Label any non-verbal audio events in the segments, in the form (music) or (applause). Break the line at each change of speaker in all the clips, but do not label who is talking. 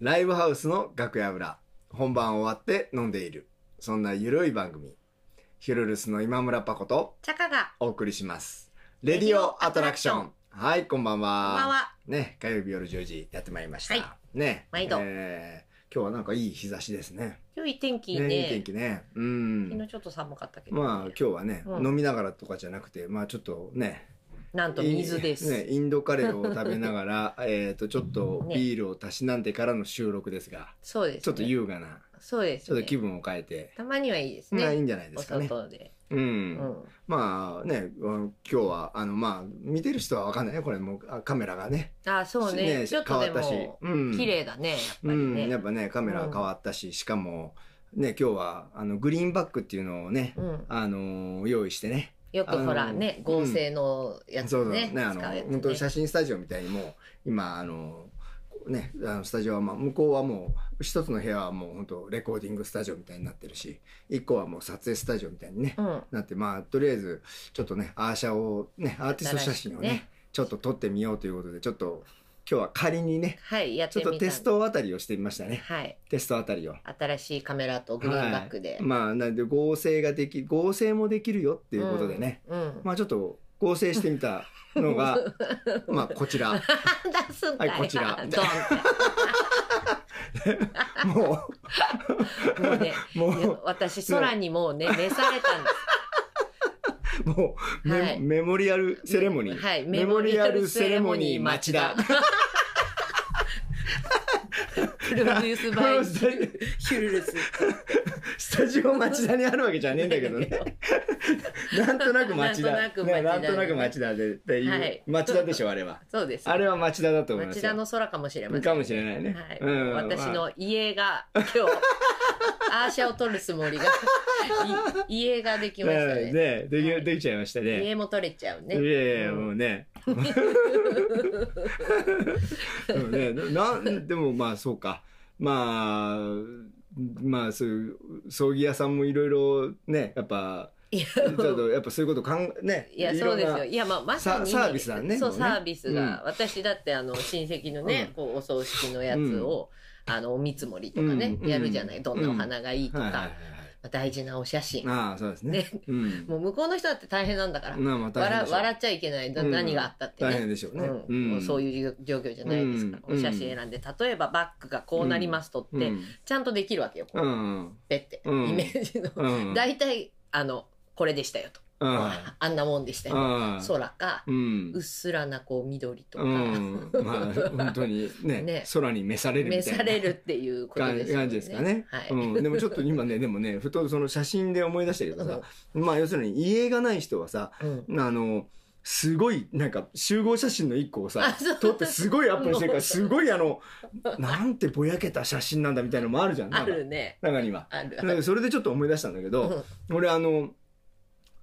ライブハウスの楽屋裏。本番終わって飲んでいる。そんなゆるい番組。ヒュルルスの今村パコと
チャカが、
お送りします。レディオアトラクション。はい、こんばんは。
こんばんは。
ね、火曜日夜10時やってまいりました。
は
ね。
毎度
えー今日はなんかいい日差しですね。
良い天気ね。
いい天気ね。う
昨
ん。
日ちょっと寒かったけど、
まあ今日はね、
うん
飲みながらとかじゃなくて、まあちょっとね、
なんと水です。
ね、インドカレーを食べながら、 (laughs) えっと、ちょっと
ね
ビールをたしなんでからの収録ですが、
そうです、ね。
ちょっと優雅な、
そうです、
ちょっ
ね。
と気分を変えて、
たまにはいいです
まあいい
ね。
んじゃないで
お
すかね。
外で。
う。
うんん。
まあね、あの今日は、あの、まあ、見てる人はわかんないね、これもうあカメラがね。
あ、そうね。ちょっとで
変わったし
も、
うん
綺麗だね。やっぱり
うん、や
ね。
っぱね、カメラが変わったし、しかも、ね、今日は、あの、グリーンバッグっていうのをね、
うん。
あのー用意してね。
よくほ
あ
ら
の
ね、合成のやつ
そうそう
ね。
ね、あの、
使うやつね
本当に写真スタジオみたいにもう、今、あのーね、あのスタジオは、まあ、向こうはもう、一つの部屋はもう本当レコーディングスタジオみたいになってるし、一個はもう撮影スタジオみたいにね、
うん。
なって、まあ、とりあえず、ちょっとね、アーシャを、ね、アーティスト写真をね、
新しくね
ちょっと撮ってみようということで、ちょっと、今日は仮にね、
はい、やっ
ちょ
て
っと
みたん
テ
で
ス。トあたりをしてみましたね。
はい。
テストあたりを。
新しいカメラとグリーンバックで。
はいまあ、なんで合成ができ、合成もできるよっていうことでね。
うん。うん。 (laughs)
まあちょっと合成してみたのが、まあこち
(laughs)
ら。
出すんかい。
はいこちら
(laughs) ドンっ
も
て。もうね。
う、も
いや私、空にもう
(laughs)
ね、召されたんです。
う、もう、メ
はい
メモリアルセレモニー。
はい
メモリアルセレモニー町 (laughs) 田。
プロデュースバイ (laughs) ヒュヒュルルス。
スタジオ町田にあるわけじゃねえんだけどね。 (laughs) なんとなく町田。
なんとなく町田
ねなんとなく町田でっていう、
はい
町田でしょ、あれ
(laughs)
は。
そうです。
あれは町田だと思います
町
よ。
田の空かもしれません。
かもしれないね
はい。
うん
私の家が今日、アーシャを取るつ
(laughs)
もりが、い家ができました
ね
ね。
ねでき、
はい
できちゃいましたね。
家も取れちゃうね。
いやいや、
うん
もう
(laughs)
ね。でもね、な、なんでもまあそうか。まあ、まあそういう、葬儀屋さんもいろいろね、やっぱ、
いや
ちょっ
(laughs)
とやっぱそういうこと考え、ね。
いや、
ろ
そうです
な
よ。いや、まあ、まさに。
ササービスだね
そう、
もうね
サービスが。私だって、あの、親戚のね、こう、お葬式のやつを、あの、お見積もりとかね、
うん
やるじゃな
う
い。
ん
どんなお花がいいと
はいはいはい、
かまあ大事なお写真。
はい。ああ、そうですね
ね。
うん。
もう向こうの人だって大変なんだから。
まあまあ大変
笑
でしょう
笑っちゃいけない。な
うん
何があったってね。
大変でしょうね
ん
うん
もうそういう状況じゃないですから。
うん
お写真選んで、例えばバッグがこうなりますとっ
う
て
ん、
ちゃんとできるわけよ。こう
うん。
ペッて。イ
うん
メージの。
うん。
大体、あの、これでしたよ
う
と。
ん
ああんなもんでしたよ。
うん
空か、
うん
うっすらなこう緑とか、
うん。まあ、本当にね、
ね
空に召されるみたい
召
な。
されるっていうこと
感
です
じ
よね。
感じですかね、
はい。
うん。でもちょっと今ね、でもね、ふとその写真で思い出したけどさ、まあ要するに家がない人はさ、
うん
あの、すごい、なんか、集合写真の一個を
あ
さ
そう、
撮ってすごいアップにしてるから、すごいあの、なんてぼやけた写真なんだみたいなのもあるじゃん。
あ
なんか
るね。
中に (laughs) は。
ある。
でそれでちょっと思い出したんだけど、俺あの、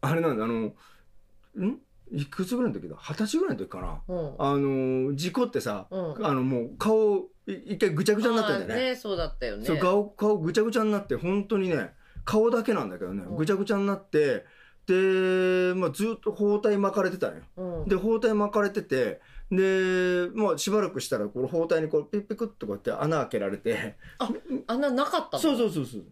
あれなんだ、あの、んいくつぐらいの時だ二十歳ぐらいの時かな。
うん。うん
あの、事故ってさ、
うん
あのもう顔、い一回ぐちゃぐちゃになってんだよ
あーそうだったよね。
そう顔顔ぐちゃぐちゃになって本当にね顔だけなんだけどね、
うん
ぐちゃぐちゃになってで、まあ、ずっと包帯巻かれてたのよ。
うん
で包帯巻かれててで、まあ、しばらくしたらこの包帯にこうピッピクッとこうやって穴開けられて
穴なかったの
そうそうそうそう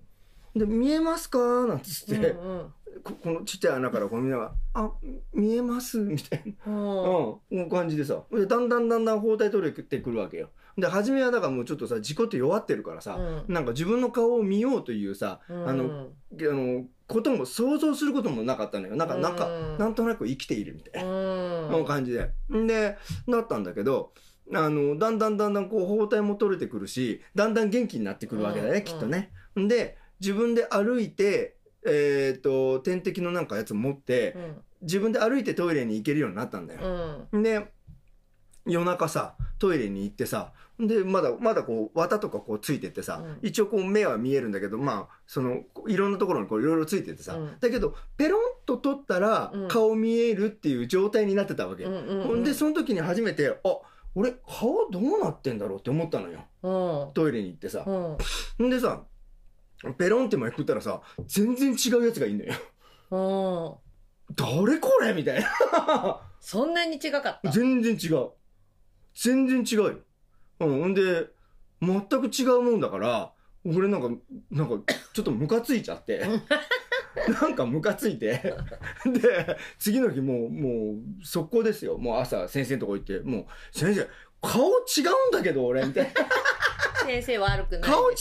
で「見えますか?」なんつって、
うん
ここのちっちゃい穴からこう見ながら「あ見えます」みたいな。
うんうん
うん、感じでさでだんだんだんだん包帯取れてくるわけよで初めはだからもうちょっとさ事故って弱ってるからさ、
う
なんか自分の顔を見ようというさ、
うん
あのあのことも想像することもなかったのよなんかなんか、
うん
なんとなく生きているみたいな
うん
の感じで。で、なったんだけど、あの、だんだんだんだんこう包帯も取れてくるし、だんだん元気になってくるわけだね、
うん
きっとね。で、自分で歩いて、えっ、と、点滴のなんかやつ持って、
うん
自分で歩いてトイレに行けるようになったんだよ。
うん
で、夜中さ、トイレに行ってさ、で、まだ、まだこう、綿とかこうついてってさ、
うん
一応こう目は見えるんだけど、まあ、その、いろんなところにこういろいろついててさ、
うん
だけど、ペロンと取ったら
うん
顔見えるっていう状態になってたわけ。
うんうん
ほんで、その時に初めて、あ、俺、顔どうなってんだろうって思ったのよ。
うん
トイレに行ってさ
う。ん
ほんでさ、ペロンって前食ったらさ、全然違うやつがいんのよ。
うん
誰これみたいな。
そんなに違かった
全然違う。全然違うよ。うん、ほんで、全く違うもんだから、俺なんか、なんか、ちょっとムカついちゃって。 (laughs) なんかムカついて。で、次の日もう、もう、速攻ですよ。もう朝、先生のとこ行って、もう、先生、顔違うんだけど、俺、みたいな。
(laughs) 先生悪くない
顔違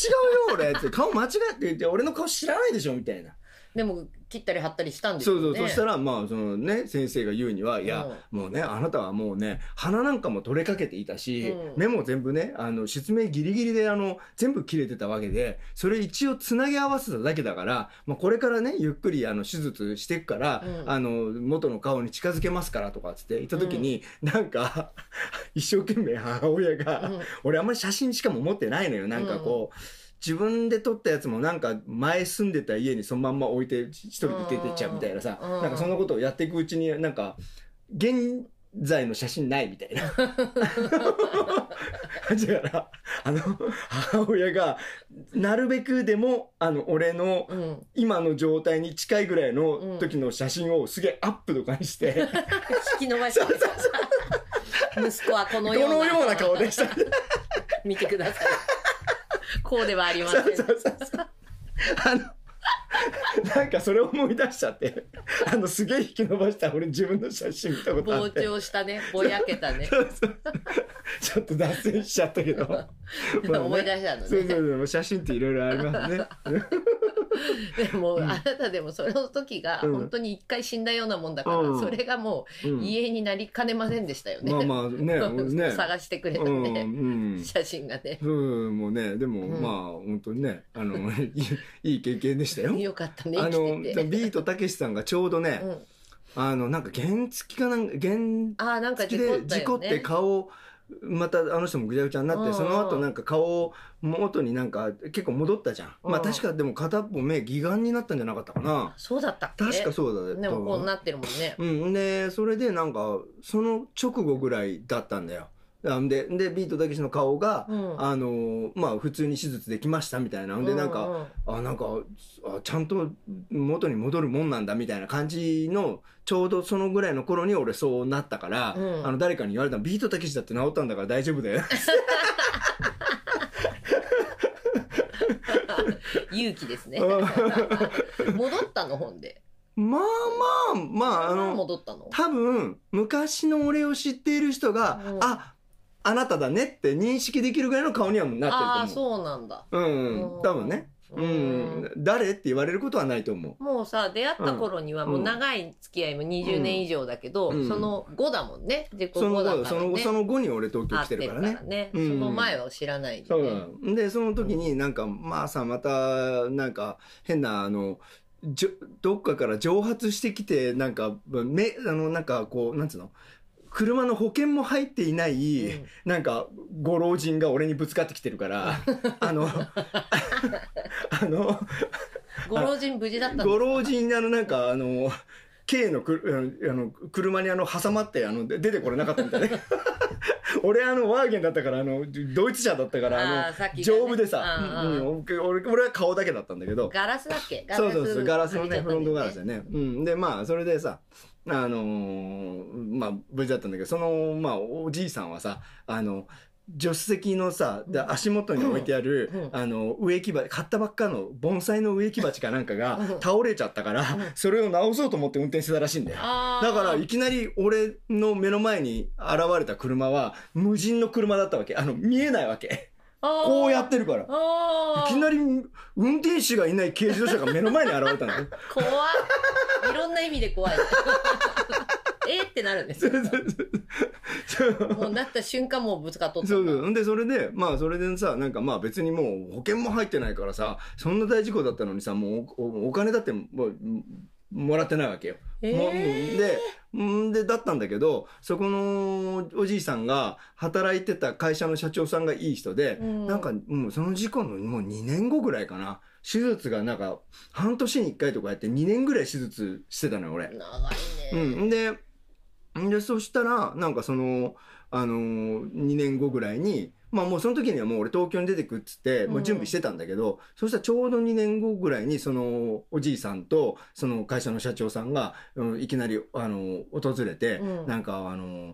うよ、俺、って。顔間違って言って、俺の顔知らないでしょ、みたいな。
でも切ったり貼ったりしたんです
そ
よ
う
ね
そう。そしたら、まあ、そのね、先生が言うには、いや、もうね、あなたはもうね、鼻なんかも取れかけていたし、
うん
目も全部ね、あの、失明ギリギリで、あの、全部切れてたわけで、それ一応つなぎ合わせただけだから、まあ、これからね、ゆっくり、あの、手術していくから、
うん
あの、元の顔に近づけますから、とか、つって言った時に、なんか、 (laughs) 一生懸命母親が、
うん、
俺あんまり写真しかも持ってないのよなんかこう、自分で撮ったやつもなんか前住んでた家にそのまんま置いて一人で出てっちゃうみたいなさ、
うん
なんかそんなことをやっていくうちになんか現在の写真ないみたいな。だからあの母親がなるべくでもあの俺の
うん、
今の状態に近いぐらいの時の写真をすげえアップとかにして、
引き伸ばして
そうそう
息子はこの
こ
ような
のような顔でした
見てくださいこうではありませ
そ
ん
うそうそうそう。あの、なんかそれを思い出しちゃって、あの、すげえ引き伸ばした俺自分の写真見たことあっ
膨
て。
張したねぼやけたね
そうそうちょっと脱線しちゃったけど。まあね
思い出したの
そうそう
ね
そう、写真っていろいろありますね。
でも、
うん
あなたでもその時が
うん
本当に一回死んだようなもんだから、
うん
それがも
う
うん家になりかねませんでしたよね、
まあまあ
(laughs)
ね、ね。
探してくれた
うん、う
ね、
ん。
写真がね
うん、もうね、でも、
うん
まあ、本当にね、あの、いいいい経験でしたよ。
よかったね
あの、
生
ビ
きてて、
ートたけしさんがちょうどね、
うん、
あの、なんか原付きかなんか、原
ああなんか
好きで
事故った
事故
よ
って
ね
顔をまたあの人もぐちゃぐちゃになっ
うんう
て
ん
その後なんか顔を元になんか結構戻ったじゃんまあ
うん
確かでも片っぽ目義眼になったんじゃなかったかな
そうだったっけ
確かそうだ
ね
と
もうこ
思
う
う
なってるもんね
うんでそれでなんかその直後ぐらいだったんだよあんででビートたけしの顔が
うん
あのまあ普通に手術できましたみたいなほんでなんか
う
あなんかあちゃんと元に戻るもんなんだみたいな感じのちょうどそのぐらいの頃に俺そうなったから、
うん
あの誰かに言われたのビートたけしだって治ったんだから大丈夫だよ
(laughs) 勇気ですね
うん
戻ったの本で
(laughs) まあまあまああ
まあ
の
戻ったの
多分昔の俺を知っている人が、
うん
ああなただねって認識できるぐらいの顔にはもうなっ
ああ
てると思う
そうなんだ
うん、
うん
多分ね、う
うん
ん、誰って言われることはないと思う
もうさ出会った頃にはもう長い付き合いも20年以上だけど、
うん
その後だもんね自己
その
後だから
後
ね
その後その後に俺東京
会
来
ってて
る
る
か
からら
ね
ね
うん
その前は知らないで
そう
ね、
なのでその時になんか、まあさまたなんか変なあのじょどっかから蒸発してきてなんかめあのなんかこうなんつうの車の保険も入っていない、
うん
なんかご老人が俺にぶつかってきてるから (laughs) あのあの
ご老人無事だったんです
ご老人あのなんかあの軽のくあのあの車にあの挟まってあので出てこれなかったみ (laughs) たいな俺あのワーゲンだったからあのドイツ車だったからあの
あーさっきがね
丈夫でさ、
うんうん
うん俺俺は顔だけだったんだけど
ガラスだっけ
(laughs) そうそうそうガラスのねフロントガラス
だ
だね、うん、でまあそれでさあのーまあ無事だったんだけどそのまあおじいさんはさあの助手席のさ、で
うん
足元に置いてある、
うん
あの植木鉢買ったばっかの盆栽の植木鉢かなんかが
うん
倒れちゃったから、それを直そうと思って運転してたらしいんだよ。
あー
だからいきなり俺の目の前に現れた車は無人の車だったわけあの見えないわけ
あー
こうやってるから
あ
い
ー
きなり運転手がいない軽自動車が目の前に現れたの。 (laughs)
怖いいろんな意味で怖いえーってなるんですよ
そうそう
もうなった瞬間もうぶつかっとった
そ
んだ
う。んで、それで、まあ、それでさ、なんかまあ別にもう保険も入ってないからさ、そんな大事故だったのにさ、もうおおお金だってもう、もらってないわけよ。
え
も
ー
うんで、んで、だったんだけど、そこのおじいさんが働いてた会社の社長さんがいい人で、
うん
なんかもうその事故のもう2年後ぐらいかな。手術がなんか半年に1回とかやって2年ぐらい手術してたのよ、俺。
長いね、
うん、ででそしたらなんかその、あのー、2年後ぐらいに、まあ、もうその時にはもう俺東京に出てくっつってもう準備してたんだけど、そしたらちょうど2年後ぐらいにそのおじいさんとその会社の社長さんが、うんいきなり、あのー訪れて、
うん
なんかあのー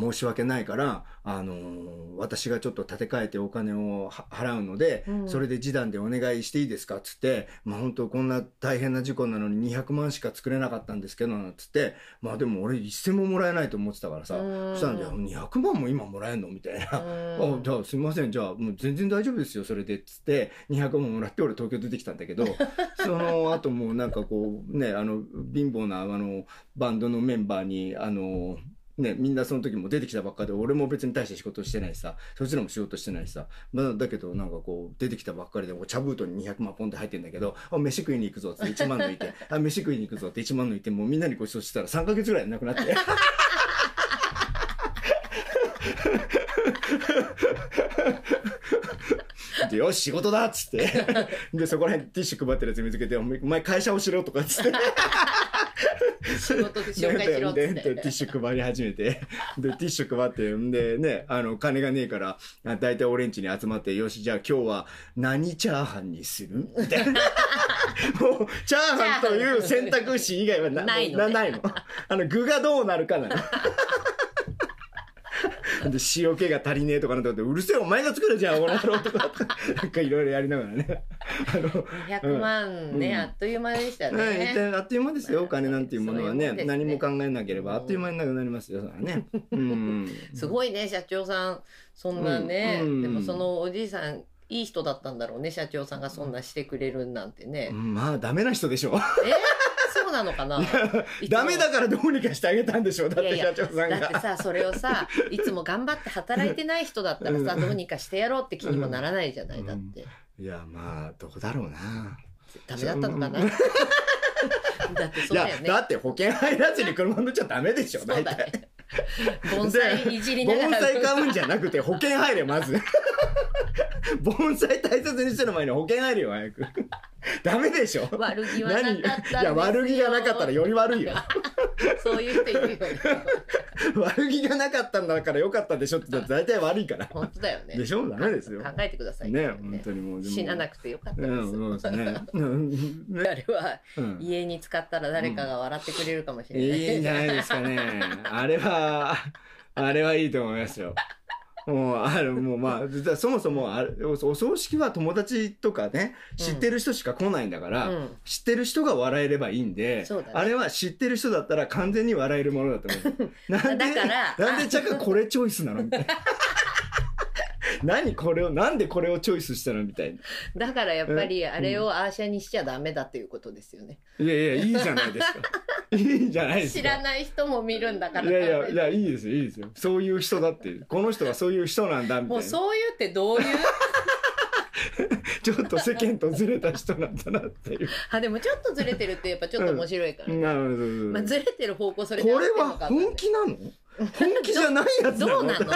申し訳ないから、あのー私がちょっと立て替えてお金をは払うので、
うん
それで示談でお願いしていいですかっつって、まあ本当こんな大変な事故なのに200万しか作れなかったんですけど、なんつって、まあでも俺1000ももらえないと思ってたからさ、そしたら、いや200万も今もらえんのみたいな。あじゃあすみませんじゃあもう全然大丈夫ですよそれでっつって200万もらって俺東京出てきたんだけどその後もなんかこうねあの貧乏なあのバンドのメンバーにあの。ね、みんなその時も出てきたばっかで俺も別に大して仕事してないしさそいつらも仕事してないしさ、まあ、だけどなんかこう出てきたばっかりでお茶封筒に200万ポンって入ってんだけど「あ飯食いに行くぞ」っつって1万抜いて「あ飯食いに行くぞ」って1万抜いてもうみんなにご馳走してたら3ヶ月ぐらいなくなって。でよし仕事だっつって
(laughs)
でそこら辺ティッシュ配ってるやつ見つけて「お前お前会社をしろ」とかっつって
仕事で (laughs) 紹介しろっ
(laughs)
つって
でででティッシュ配り始めてでティッシュ配ってんでねあの金がねえからあ大体俺ん家に集まって「よしじゃあ今日は何チャーハンにする?」みたい
(laughs)
な。もうチャーハンという選択肢以外はな
ないのね
なないのあの具がどうなるか
(laughs)
なので塩気が足りねえとかなんとかってうるせえお前が作るじゃんこの野郎とかなんかいろいろやりながらねあの
200万ね、
うん
あっという間でし
は
た
い一
ね。
体あっという間ですよ、
まあ
お金なんていうものはね
そういうもんですね
何も考えなければあっという間になくなりますよそれは
(laughs)
ね、うん、
すごいね、社長さん。そんなね、
うんうん
でもそのおじいさん、いい人だったんだろうね、社長さんがそんなしてくれるなんてね。
まあダメな人でしょ
えそうなのか
(laughs)
な
ダメだ
い
からどうにかしてあげたんでしょだっ
いや
て
いや
社長
つも
さん
だって
が
さ、それをさ、いつも頑張って働いてない人だったらさ、
うん
どうにかしてやろうって気にもならないじゃない、だって。
いやまあどうだろうな
ダメだったのかな
うん
(laughs) だってそ
いうや
だよね
だ。って保険入らずに車乗っちゃダメでしょ
そう
大
だ
体
ね。盆栽いじりながら。
盆栽買うんじゃなくて保険入れま
(laughs)
ず盆栽大切にしてる前に保険入れよ
(laughs)
早くダメでしょ
悪気はなかったんですよ
いや悪気がなかったらより悪いよ
そういう人いるよね。
(laughs) 悪気がなかったんだからよかったでしょって言ったら大体悪いから
本当だよね。
でしょダメですよ
考えてください
ね本当にもうでも
死ななくてよかったで
う
す。
んそうですねうんね
あれは (laughs)
うん
家に使ったら誰かが笑ってくれるかもしれない。
いいんじゃないですかね。あれ
(laughs)
は、あれはいいと思いますよ。もう、あれ、もうまあ、実はそもそもあれ、おお葬式は友達とかね、知ってる人しか来ないんだから、
うん
知ってる人が笑えればいいんで、
そうだね
あれは知ってる人だったら完全に笑えるものだと思
(laughs)
う。なんで、
だから
なんでちゃかこれチョイスなのみた
(laughs)
いな。何これを、なんでこれをチョイスしたのみたいな。
だからやっぱりあれをアーシャにしちゃダメだっていうことですよね。
いやいや、いいじゃないですか。いいじゃないですか。
知らない人も見るんだから。
いやいやいやいいですよいいですよそういう人だってこの人はそういう人なんだみたい
も
な
うそういうってどういう (laughs)
ちょっと世間とずれた人なんだなって
(laughs)
いう
あでもちょっとずれてるってやっぱちょっと面白いからね。
なるほどそうそう
まあ、ずれてる方向それで
これ
合
は
ってんのか
本気なの本気じゃないやつなの
どうなの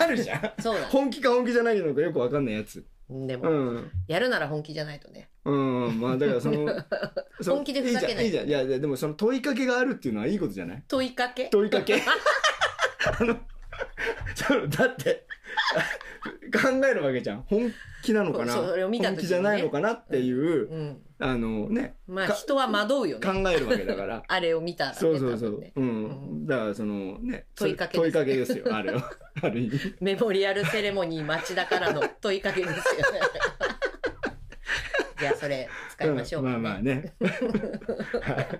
あるじゃん
そうな
本気か本気じゃないのかよくわかんないやつ
ので
う
も、
ん
やるなら本気じゃないとね
うんまあだから
(laughs)
そのその
本気でふざけない
いじゃんいいじゃんいやいやでもその問いかけがあるっていうのはいいことじゃない (laughs)
問いかけ
問いかけあのそのだって (laughs) 考えるわけじゃん本気なのかな
そうそれを見た時にね
本気じゃないのかなっていう、
うん
あのね
まあ
か
人は惑うよ
考
ね
えるわけだから。
あれを見たらね
そうそうそ
多
う、
分ね
うん、だからそのね
問いかけ
それ問いかけですよあれ
(laughs)
はある意味
メモリアルセレモニー町だからの問いかけですよねじゃあそれ使いましょうかね、
んまあまあね (laughs) はい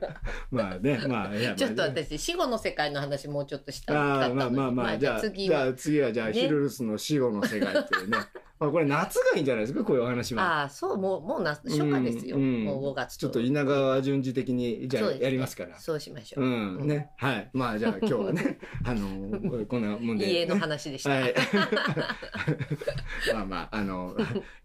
まあねまあいやまあ
ちょっと私死後の世界の話もうちょっとした
あーまあまあまあ、
まあ
じ
じ
ゃ
ゃ
あ
あ
次
次
はじゃ
は
あ次はじゃあ、
ね
ヒルルスの死後の世界っていうね (laughs) まあこれ夏がいいんじゃないですかこういうお話は
ああそうもうもうな初夏ですよ、
うんうん
もう5月
ちょっと稲川順次的にじゃあやりますから
そうしましょ
う
う、
んねはいまあじゃあ今日は
(laughs)
ねあのーこんなもんで
家の話でした、 (laughs)
はい。まあまあ、あの、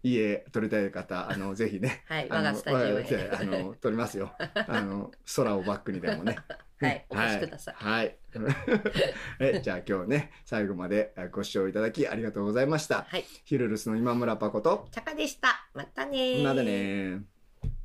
家取りたい方、あの、ぜひね。
はい、
あ
我
の
がスタジオ
我が
へ。
あの、取りますよ。あの、空をバックにでもね。
はいお越しください (laughs)
はい。はいえじゃあ今日ね、最後までご視聴いただきありがとうございました。
はい、
ヒルルスの今村パコと、
チャカでした。またねー
まだねー